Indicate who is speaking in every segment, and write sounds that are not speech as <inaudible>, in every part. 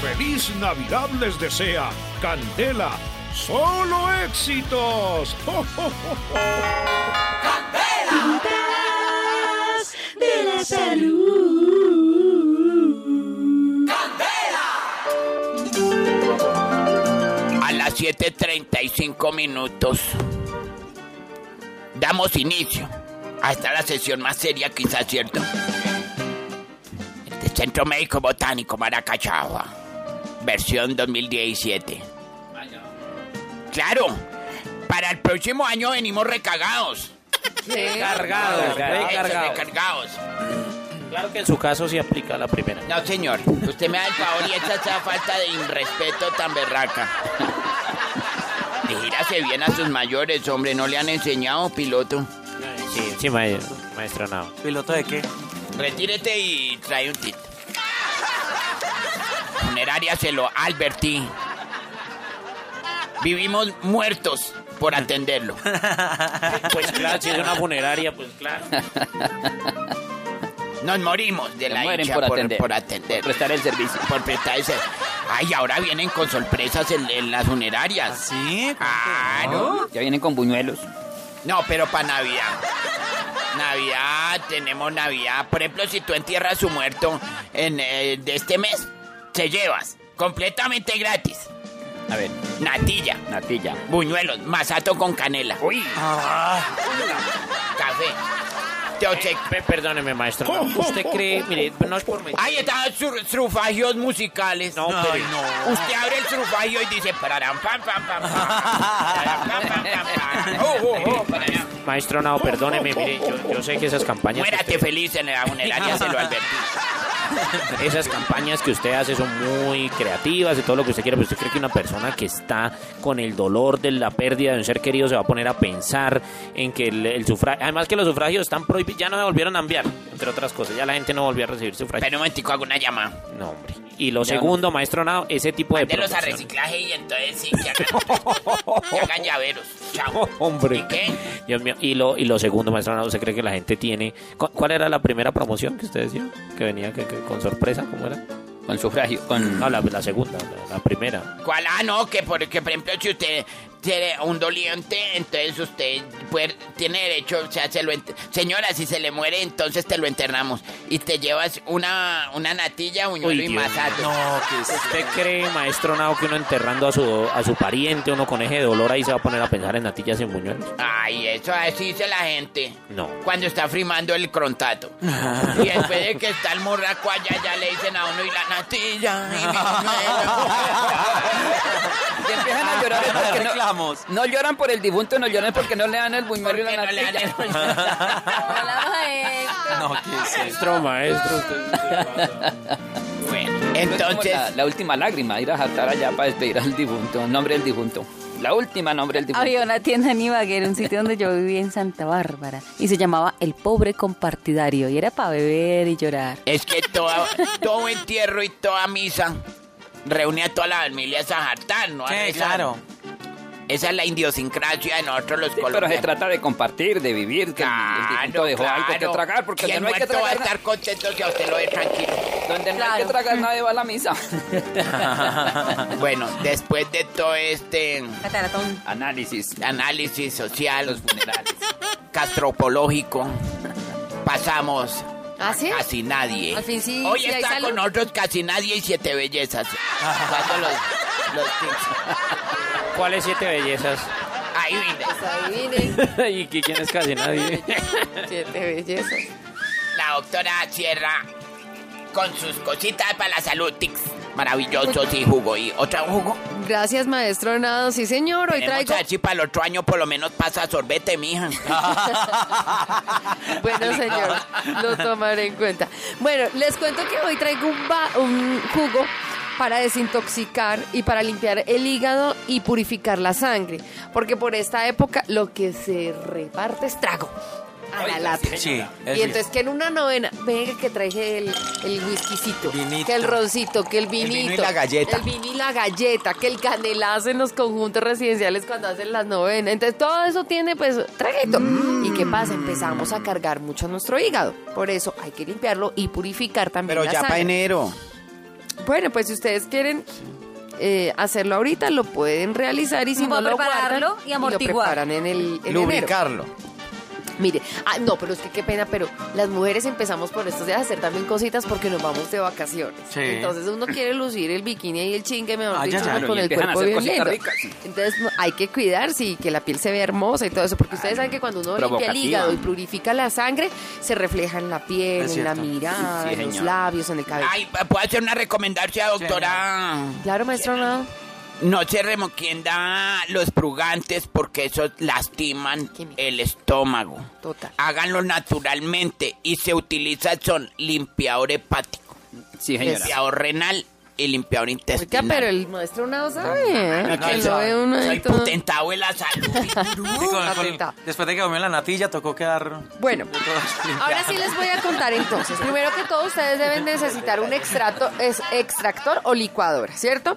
Speaker 1: Feliz Navidad les desea Candela. Solo éxitos. <laughs> ¡Oh, oh,
Speaker 2: Juntas de la salud.
Speaker 3: A las 7.35 minutos damos inicio a esta la sesión más seria, quizás, ¿cierto? Del Centro Médico Botánico Maracachagua, versión 2017. Claro, para el próximo año venimos recagados.
Speaker 4: Cargados,
Speaker 3: Recargados.
Speaker 4: recargados. Claro que en su caso sí aplica la primera.
Speaker 3: No, señor. Usted me da el favor y esta esa falta de irrespeto tan berraca. <laughs> Dígase bien a sus mayores, hombre. No le han enseñado, piloto.
Speaker 4: Sí, sí, maestro, maestro no.
Speaker 5: ¿Piloto de qué?
Speaker 3: Retírete y trae un tit. Funeraria se lo advertí. Vivimos muertos por atenderlo.
Speaker 4: Pues claro, si es una funeraria, pues <laughs> claro.
Speaker 3: Nos morimos de
Speaker 6: Se
Speaker 3: la
Speaker 6: mueren
Speaker 3: hincha
Speaker 6: por atender.
Speaker 3: por atender.
Speaker 6: prestar el servicio.
Speaker 3: Por prestar ese- Ay, ahora vienen con sorpresas en, en las funerarias.
Speaker 5: Sí.
Speaker 6: Ah,
Speaker 3: Claro.
Speaker 6: Ya vienen con buñuelos.
Speaker 3: No, pero para Navidad. Navidad, tenemos Navidad. Por ejemplo, si tú entierras a su muerto en, eh, de este mes, se llevas completamente gratis.
Speaker 6: A ver,
Speaker 3: Natilla,
Speaker 6: natilla.
Speaker 3: buñuelos, masato con canela. Uy. Café. Te obsequ-
Speaker 4: Pe- Perdóneme, maestro. no. ¿Usted cree? Mire, no es por mentir.
Speaker 3: Ahí están sus trufagios musicales.
Speaker 4: No, pero-
Speaker 5: Ay, no.
Speaker 3: Usted abre el trufagio y dice, pararam, pam, pam, pam, pam. Pararam, pam, pam, pam,
Speaker 4: <laughs>
Speaker 3: pam. Oh, oh, oh, pararam.
Speaker 4: Maestro no, perdóneme, mire, yo, yo sé que esas campañas. que
Speaker 3: Muérate feliz en la funeraria, se lo advertí.
Speaker 4: Esas campañas que usted hace son muy creativas y todo lo que usted quiera, pero usted cree que una persona que está con el dolor de la pérdida de un ser querido se va a poner a pensar en que el, sufragio. Además, que los sufragios están prohibidos, ya no me volvieron a enviar, entre otras cosas. Ya la gente no volvió a recibir sufragio.
Speaker 3: Pero un momentico, hago una llamada.
Speaker 4: No, hombre. Y lo
Speaker 6: Ya
Speaker 4: segundo, maestro Nao, ese tipo de.
Speaker 3: De los a
Speaker 4: <laughs> promociones.
Speaker 3: reciclaje y entonces sí que hagan, que hagan llaveros. Chao.
Speaker 4: Hombre.
Speaker 3: ¿Y qué?
Speaker 4: Dios mío. Y lo, y lo segundo, maestro Nao, ¿usted cree que la gente tiene. cu- ¿Cuál era la primera promoción que usted decía? Que venía que- que con sorpresa, ¿cómo era?
Speaker 6: Con sufragio. Con...
Speaker 4: No, la, la segunda, la- la primera.
Speaker 3: ¿Cuál? Ah, no, que porque, por ejemplo, si usted tiene un doliente, entonces usted puede- tiene derecho, o sea, se lo ent- señora, si se le muere, entonces te lo internamos. Y te llevas una, una natilla, buñuelo
Speaker 4: Uy,
Speaker 3: y
Speaker 4: Dios
Speaker 3: masato.
Speaker 5: No, que sí.
Speaker 4: ¿Usted cree, maestro Nao, que uno enterrando a su, a su pariente, uno con eje de dolor, ahí se va a poner a pensar en natillas y en buñuelos?
Speaker 3: Ay, eso así dice la gente.
Speaker 4: No.
Speaker 3: Cuando está frimando el crontato. y después de que está el morraco allá, ya le dicen a uno y la natilla. Y mi buñuelo".
Speaker 6: <laughs> Y empiezan a llorar es porque no,
Speaker 5: Reclamos.
Speaker 6: no lloran por el difunto, no lloran porque no le dan el buñuelo y la
Speaker 3: Porque no le dan
Speaker 6: natilla. <laughs>
Speaker 7: Hola, maestro.
Speaker 5: No, que sí.
Speaker 4: Maestro, maestro,
Speaker 3: Bueno,
Speaker 6: Es como
Speaker 3: entonces.
Speaker 6: La, la última lágrima, ir a saltar allá para despedir al difunto, en nombre del difunto. La última en nombre del difunto.
Speaker 7: Había una tienda en Ibagué, un sitio donde yo vivía en Santa Bárbara, y se llamaba El Pobre Compartidario, y era para beber y llorar.
Speaker 3: Es que toda- todo entierro y toda misa reúne a toda la familia a Sajartán, ¿no? A
Speaker 5: Sí,
Speaker 3: rezar.
Speaker 5: claro.
Speaker 3: Esa es la idiosincrasia de nosotros los
Speaker 6: Sí, pero se
Speaker 3: colombianos.
Speaker 6: trata de compartir, de vivir, que el- el difunto dejó algo que
Speaker 3: claro.
Speaker 6: tragar, porque
Speaker 3: Y
Speaker 6: donde
Speaker 3: el
Speaker 6: no hay que
Speaker 3: muerto va a
Speaker 6: tragar,
Speaker 3: estar contento si a usted lo ve
Speaker 6: <laughs>
Speaker 3: tranquilo.
Speaker 6: na- donde no hay
Speaker 7: Claro.
Speaker 6: que tragar nadie va a la misa.
Speaker 3: Bueno, después de todo este
Speaker 7: Cataratón.
Speaker 6: Análisis.
Speaker 3: <laughs> análisis social,
Speaker 6: Los <laughs> funerales.
Speaker 3: castropológico, pasamos
Speaker 7: ¿Ah, sí?
Speaker 3: casi nadie.
Speaker 7: Al fin sí-
Speaker 3: Hoy
Speaker 7: sí hay
Speaker 3: está
Speaker 7: salud.
Speaker 3: con nosotros casi nadie y siete bellezas. Cuando los, los tips.
Speaker 4: ¿Cuáles siete bellezas? <laughs>
Speaker 3: Ahí viene.
Speaker 7: Adivinen,
Speaker 4: ¿Y qui- quién es casi nadie?
Speaker 7: siete bellezas.
Speaker 3: La doctora Sierra con sus cositas para la salud, tics. Maravillosos y jugo. ¿Y otro jugo?
Speaker 8: Gracias, maestro Nado. Sí, señor. Hoy
Speaker 3: Tenemos
Speaker 8: traigo.
Speaker 3: a ver si para el otro año por lo menos pasa sorbete, mija.
Speaker 8: Bueno, señor, lo tomaré en cuenta. Bueno, les cuento que hoy traigo un, ba- un jugo para desintoxicar y para limpiar el hígado y purificar la sangre. Porque por esta época lo que se reparte es trago. A la lata.
Speaker 5: Sí.
Speaker 8: Y entonces que en una novena, venga que traje el, el whiskycito,
Speaker 5: Vinito.
Speaker 8: que el roncito, que el
Speaker 5: vino
Speaker 8: vinito.
Speaker 5: y la galleta.
Speaker 8: El vino y la galleta, que el canelazo en los conjuntos residenciales cuando hacen las novenas. Entonces todo eso tiene pues traguito.
Speaker 5: Mm.
Speaker 8: ¿Y qué pasa? Empezamos a cargar mucho nuestro hígado. Por eso hay que limpiarlo y purificar también la sangre.
Speaker 3: enero.
Speaker 8: Bueno, pues si ustedes quieren eh, hacerlo ahorita, lo pueden realizar y si
Speaker 7: Como
Speaker 8: no lo guardan,
Speaker 7: prepararlo y amortiguar.
Speaker 8: lo preparan en el en enero.
Speaker 5: Lubricarlo.
Speaker 8: Mire, ah, no, pero es que qué pena, pero las mujeres empezamos por estos días a hacer también cositas porque nos vamos de vacaciones.
Speaker 5: Sí.
Speaker 8: Entonces uno quiere lucir el bikini y el chingue, mejor
Speaker 5: Ah, ya,
Speaker 8: dicho,
Speaker 5: ya, bueno,
Speaker 8: uno con
Speaker 6: y
Speaker 8: el
Speaker 6: empiezan a
Speaker 8: cuerpo
Speaker 6: hacer
Speaker 8: bien
Speaker 6: cositas
Speaker 8: lindo.
Speaker 6: ricas.
Speaker 8: Entonces no, hay que cuidarse y que la piel se vea hermosa y todo eso, porque ustedes saben que cuando uno limpia el
Speaker 6: Provocativa.
Speaker 8: hígado y purifica la sangre, se refleja en la piel,
Speaker 5: Es
Speaker 8: en la
Speaker 5: cierto.
Speaker 8: mirada,
Speaker 6: Sí,
Speaker 8: en los
Speaker 6: señor.
Speaker 8: labios, en el cabello.
Speaker 3: Ay, ¿puedo hacer una recomendación, doctora?
Speaker 8: Claro, maestro, no.
Speaker 3: No se remoquienda los prugantes porque esos lastiman
Speaker 8: Química.
Speaker 3: el estómago.
Speaker 8: Total.
Speaker 3: Háganlo naturalmente y se utiliza son limpiador hepático,
Speaker 6: Sí, señora.
Speaker 3: limpiador renal y limpiador
Speaker 8: Oiga,
Speaker 3: intestinal.
Speaker 8: pero el maestro no sabe. ¿eh?
Speaker 3: No,
Speaker 8: Que
Speaker 3: no,
Speaker 8: lo ve uno ahí
Speaker 3: Soy
Speaker 8: todo-
Speaker 3: potentado en la salud.
Speaker 8: <laughs>
Speaker 5: Sí, con- con-
Speaker 8: atenta.
Speaker 5: después de que comió la natilla, tocó quedar.
Speaker 8: Bueno, <laughs> ahora sí les voy a contar entonces. Primero que todo, ustedes deben necesitar un extracto, es extractor o licuadora, ¿cierto?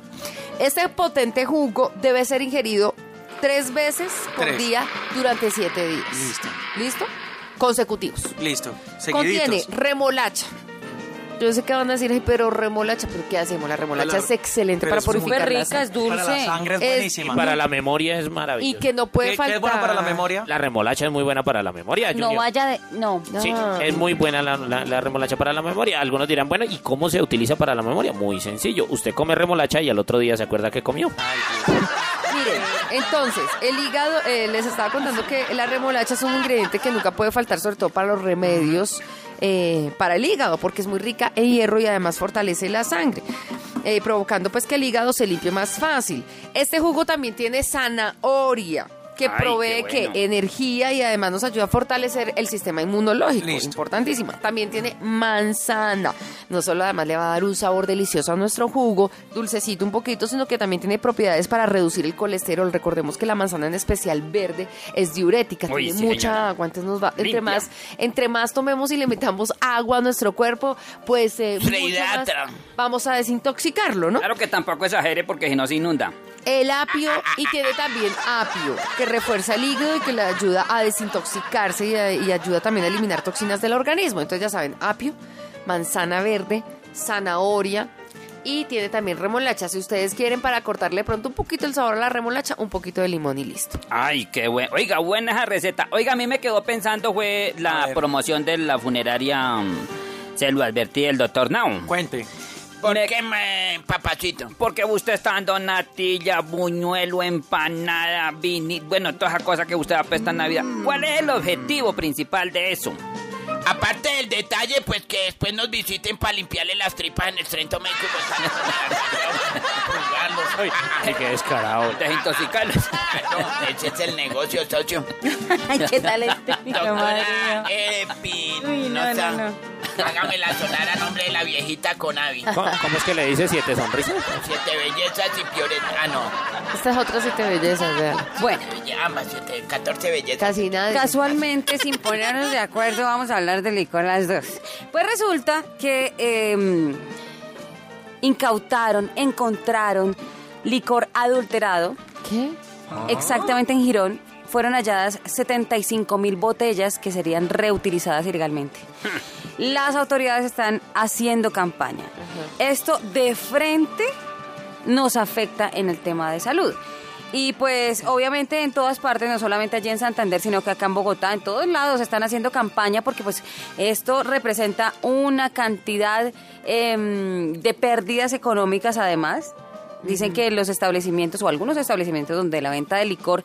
Speaker 8: Este potente jugo debe ser ingerido tres veces por
Speaker 5: Tres.
Speaker 8: día durante siete días.
Speaker 5: Listo.
Speaker 8: ¿Listo? Consecutivos.
Speaker 5: Listo. Seguiditos.
Speaker 8: Contiene remolacha. Yo sé que van a decir, "Ay, pero remolacha, pero ¿qué hacemos? La remolacha
Speaker 5: Pero-
Speaker 8: es excelente
Speaker 5: pero
Speaker 8: para
Speaker 5: es muy
Speaker 7: Súper
Speaker 8: purificar la
Speaker 7: rica, es
Speaker 8: sangre.
Speaker 5: Para la
Speaker 7: dulce.
Speaker 5: sangre es
Speaker 8: Es-
Speaker 5: buenísima.
Speaker 4: Para la memoria es
Speaker 8: Y
Speaker 4: maravilloso.
Speaker 8: que no puede
Speaker 5: ¿Qué- qué
Speaker 8: faltar.
Speaker 5: es bueno para la memoria?
Speaker 4: La remolacha es muy buena para la memoria.
Speaker 7: No
Speaker 4: Junior.
Speaker 7: vaya de. No.
Speaker 4: Sí,
Speaker 8: Ah.
Speaker 4: es muy buena la, la- la remolacha para la memoria. Algunos dirán, bueno, ¿y cómo se utiliza para la memoria? Muy sencillo. Usted come remolacha y al otro día se acuerda que comió.
Speaker 8: Miren, entonces, el hígado, eh, les estaba contando que la remolacha es un ingrediente que nunca puede faltar, sobre todo para los remedios eh, para el hígado, porque es muy rica en hierro y además fortalece la sangre, eh, provocando pues que el hígado se limpie más fácil. Este jugo también tiene zanahoria que
Speaker 4: Ay,
Speaker 8: provee
Speaker 4: qué bueno.
Speaker 8: que energía y además nos ayuda a fortalecer el sistema inmunológico,
Speaker 5: Listo.
Speaker 8: importantísima. También tiene manzana, no solo además le va a dar un sabor delicioso a nuestro jugo, dulcecito un poquito, sino que también tiene propiedades para reducir el colesterol. Recordemos que la manzana en especial verde es diurética,
Speaker 4: Uy,
Speaker 8: tiene
Speaker 4: sí,
Speaker 8: mucha
Speaker 4: señora.
Speaker 8: agua, entonces nos va entre
Speaker 4: Limpia.
Speaker 8: más entre más tomemos y le metamos agua a nuestro cuerpo, pues eh,
Speaker 3: Se
Speaker 8: mucho más
Speaker 3: hidrata.
Speaker 8: vamos a desintoxicarlo, ¿no?
Speaker 6: Claro que tampoco exagere porque si no se inunda.
Speaker 8: El apio y tiene también apio, que refuerza el hígado y que le ayuda a desintoxicarse y, a- y ayuda también a eliminar toxinas del organismo. Entonces ya saben, apio, manzana verde, zanahoria y tiene también remolacha. Si ustedes quieren para cortarle pronto un poquito el sabor a la remolacha, un poquito de limón y listo.
Speaker 6: Ay, qué bueno. Oiga, buena esa receta. Oiga, a mí me quedó pensando fue
Speaker 5: A
Speaker 6: la
Speaker 5: ver.
Speaker 6: promoción de la funeraria. mm, Se lo advertí el doctor Now.
Speaker 5: Cuente.
Speaker 3: ¿Por
Speaker 6: Me-
Speaker 3: qué, me- papacito?
Speaker 6: Porque usted está dando natilla, buñuelo, empanada, vini, bueno, todas esas cosas que usted apesta en Navidad. ¿Cuál es el objetivo principal de eso?
Speaker 3: Aparte del detalle, pues que después nos visiten para limpiarle las tripas en el centro médico. pues,
Speaker 4: Ay,
Speaker 3: <laughs>
Speaker 4: sí, qué descarado.
Speaker 6: Desintoxicarlos.
Speaker 3: No, ese es el negocio, socio.
Speaker 7: <laughs> Ay, ¿qué tal <laughs> este? La madre
Speaker 3: Doctora
Speaker 7: mía. Uy, no,
Speaker 3: Epinosa.
Speaker 7: no, no.
Speaker 3: Hágame la sonar a nombre de la viejita Conavi.
Speaker 4: <laughs> ¿Cómo, cómo es que le dice siete sonrisas?
Speaker 3: Siete bellezas y piores. Ah, no.
Speaker 8: Estas otras siete bellezas, vean.
Speaker 7: Bueno.
Speaker 3: Belle- Ambas, siete, 14 bellezas.
Speaker 8: Casi nada.
Speaker 7: Casualmente, sin ponernos de acuerdo, vamos a hablar de licor las dos. Pues resulta que eh, incautaron, encontraron licor adulterado,
Speaker 8: ¿Qué?
Speaker 7: exactamente en Girón. Fueron halladas 75 mil botellas que serían reutilizadas ilegalmente. Las autoridades están haciendo campaña. Esto de frente nos afecta en el tema de salud. Y pues obviamente en todas partes, no solamente allí en Santander, sino que acá en Bogotá, en todos lados están haciendo campaña porque pues esto representa una cantidad em, de pérdidas económicas además. Dicen que los establecimientos o algunos establecimientos donde la venta de licor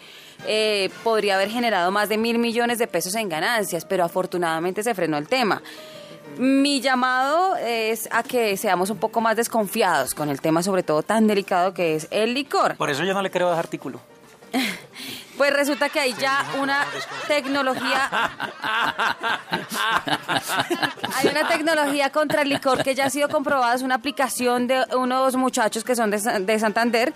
Speaker 7: eh, podría haber generado más de mil millones de pesos en ganancias, pero afortunadamente se frenó el tema. Mi llamado es a que seamos un poco más desconfiados con el tema, sobre todo tan delicado que es el licor.
Speaker 5: Por eso yo no le creo ese artículo.
Speaker 7: Pues resulta que hay ya una tecnología, <laughs> hay una tecnología contra el licor que ya ha sido comprobada, es una aplicación de unos muchachos que son de, Sa- de Santander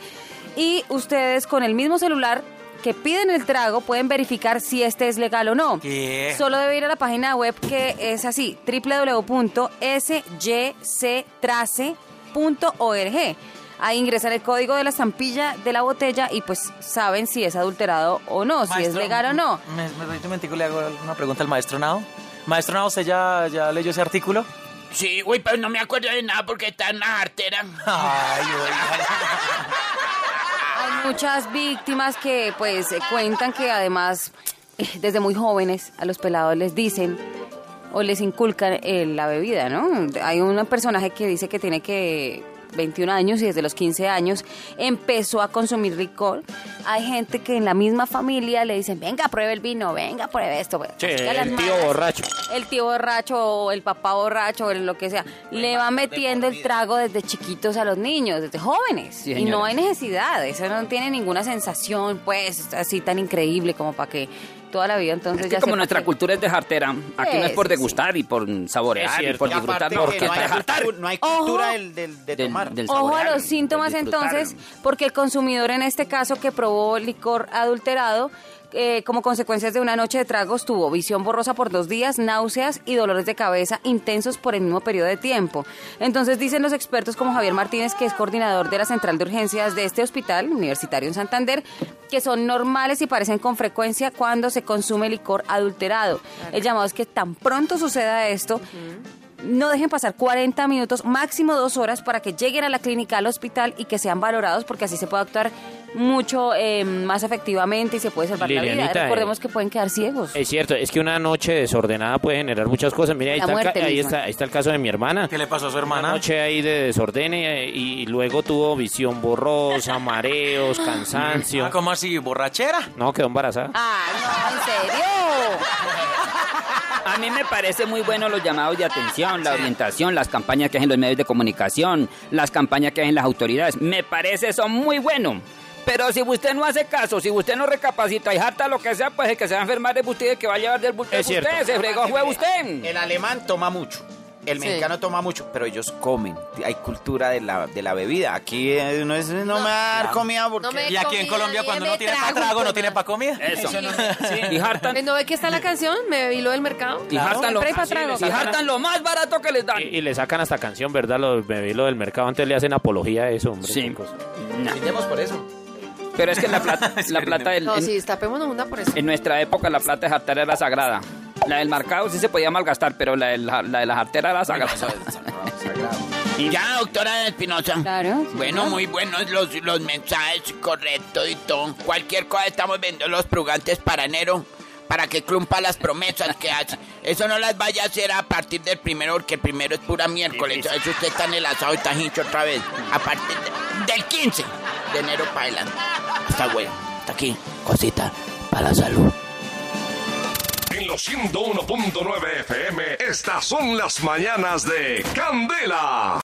Speaker 7: y ustedes con el mismo celular que piden el trago pueden verificar si este es legal o no.
Speaker 5: ¿Qué?
Speaker 7: Solo debe ir a la página web que es así, www.syctrace.org. Ahí ingresan el código de la estampilla de la botella y pues saben si es adulterado o no, si es
Speaker 5: Maestro,
Speaker 7: legal o no.
Speaker 5: Me, me permite un momentico, le hago una pregunta al maestro Nao. Maestro Nao, ¿usted ya, ya leyó ese artículo? <laughs>
Speaker 3: Sí, uy, pero no me acuerdo de nada porque está en la artera.
Speaker 5: Ay, oiga.
Speaker 7: Hay muchas víctimas que pues eh, cuentan que además eh, desde muy jóvenes a los pelados les dicen o les inculcan eh, la bebida, ¿no? Hay un personaje que dice que tiene que 21 años y desde los 15 años empezó a consumir licor. Hay gente que en la misma familia le dicen, venga, pruebe el vino, venga, pruebe esto. bueno,
Speaker 4: Sí,
Speaker 7: chica, las
Speaker 4: el tío
Speaker 7: malas".
Speaker 4: borracho.
Speaker 7: El tío borracho o el papá borracho o el lo que sea.
Speaker 4: Pues
Speaker 7: Le va metiendo el trago desde chiquitos a los niños, desde jóvenes.
Speaker 6: Sí,
Speaker 7: y no
Speaker 6: señora.
Speaker 7: hay necesidad. Eso no tiene ninguna sensación, pues, así tan increíble como para que toda la vida entonces
Speaker 6: Es que
Speaker 7: ya
Speaker 6: como
Speaker 7: sepa
Speaker 6: nuestra
Speaker 7: que-
Speaker 6: cultura es de jartera, aquí no es por
Speaker 7: Sí, sí,
Speaker 6: degustar y por
Speaker 4: Es
Speaker 6: saborear y
Speaker 4: cierto.
Speaker 6: por
Speaker 4: Y
Speaker 6: disfrutar,
Speaker 9: Aparte
Speaker 6: no,
Speaker 9: que
Speaker 6: por
Speaker 9: no hay,
Speaker 6: disfrutar
Speaker 9: cultu- no hay cultura
Speaker 7: Ojo.
Speaker 9: del, del- de
Speaker 6: del-
Speaker 9: tomar.
Speaker 6: del
Speaker 7: Ojo a
Speaker 6: saborear,
Speaker 7: los síntomas
Speaker 6: del disfrutar.
Speaker 7: entonces, porque el consumidor en este caso que probó licor adulterado, eh, como consecuencias de una noche de tragos, tuvo visión borrosa por dos días, náuseas y dolores de cabeza intensos por el mismo periodo de tiempo. Entonces dicen los expertos como Javier Martínez, que es coordinador de la central de urgencias de este hospital universitario en Santander, que son normales y parecen con frecuencia cuando se consume licor adulterado. El llamado es que tan pronto suceda esto, no dejen pasar 40 minutos, máximo dos horas, para que lleguen a la clínica, al hospital y que sean valorados, porque así se puede actuar mucho eh, más efectivamente y se puede salvar la
Speaker 4: Lilianita,
Speaker 7: vida.
Speaker 4: eh,
Speaker 7: Recordemos que pueden quedar ciegos.
Speaker 4: Es cierto, es que una noche desordenada puede generar muchas cosas. Mira, ahí,
Speaker 7: La
Speaker 4: está, el ca-
Speaker 7: muerte
Speaker 4: ahí
Speaker 7: misma.
Speaker 4: está, ahí está el caso de mi hermana.
Speaker 5: ¿Qué le pasó a su
Speaker 4: Una
Speaker 5: hermana?
Speaker 4: noche ahí de desorden y, y luego tuvo visión <laughs> borrosa, mareos, cansancio.
Speaker 5: Ah, ¿Cómo Ah, así? ¿Borrachera?
Speaker 4: No, quedó embarazada.
Speaker 7: ¡Ay, Ah, no, en serio!
Speaker 6: A mí me parece muy bueno los llamados de atención, la orientación, las campañas que hacen los medios de comunicación, las campañas que hacen las autoridades. Me parece eso muy bueno. Pero si usted no hace caso, si usted no recapacita y harta lo que sea, pues el que se va a enfermar es usted, el que va a llevar del bulto
Speaker 4: Es
Speaker 6: es usted,
Speaker 4: cierto.
Speaker 6: se fregó fue
Speaker 9: Eh, El,
Speaker 6: usted.
Speaker 9: alemán toma mucho. El
Speaker 8: Sí.
Speaker 9: mexicano toma mucho, pero ellos comen. Hay cultura de la, de la bebida. Aquí eh, no es no, me va a dar comida porque...
Speaker 8: no me-
Speaker 5: Y aquí en
Speaker 8: Comida,
Speaker 5: Colombia
Speaker 8: ni
Speaker 5: cuando
Speaker 8: de
Speaker 5: no tiene para
Speaker 8: trago,
Speaker 5: trago, no
Speaker 8: pues,
Speaker 5: tiene
Speaker 8: no.
Speaker 5: para comida.
Speaker 6: Eso. Y hartan,
Speaker 8: ¿Eh, ¿No ve que está la canción? Me vi lo del mercado.
Speaker 6: y hartan lo,
Speaker 7: Siempre hay pa' trago.
Speaker 6: y hartan lo más barato que les dan.
Speaker 4: Y, y le sacan hasta canción, ¿verdad? Los bebés, lo del mercado, antes le hacen apología a eso, hombre.
Speaker 6: Sí.
Speaker 4: qué cosa.
Speaker 6: Nah.
Speaker 9: Brindemos por eso.
Speaker 6: Pero es que la
Speaker 4: <laughs>
Speaker 6: plata, la plata del-
Speaker 8: No,
Speaker 6: en-
Speaker 8: sí, destapémonos una por eso.
Speaker 6: En nuestra época la plata de jartera era sagrada. La del marcado sí se podía malgastar, pero la de la, la de la jartera era sagrada.
Speaker 3: Ya, doctora Espinosa.
Speaker 7: Claro.
Speaker 3: Bueno, muy buenos los, los mensajes, correcto y todo. Cualquier cosa estamos viendo los prugantes para enero, para que clumpa las promesas que hace. Eso no las vaya a hacer a partir del primero, porque el primero es pura miércoles. Eso, eso usted está en el asado y está hincho otra vez. A partir de- del 15 de enero para adelante. Hasta bueno. Hasta aquí. Cosita para la salud.
Speaker 10: En los 101.9 FM, estas son las mañanas de Candela.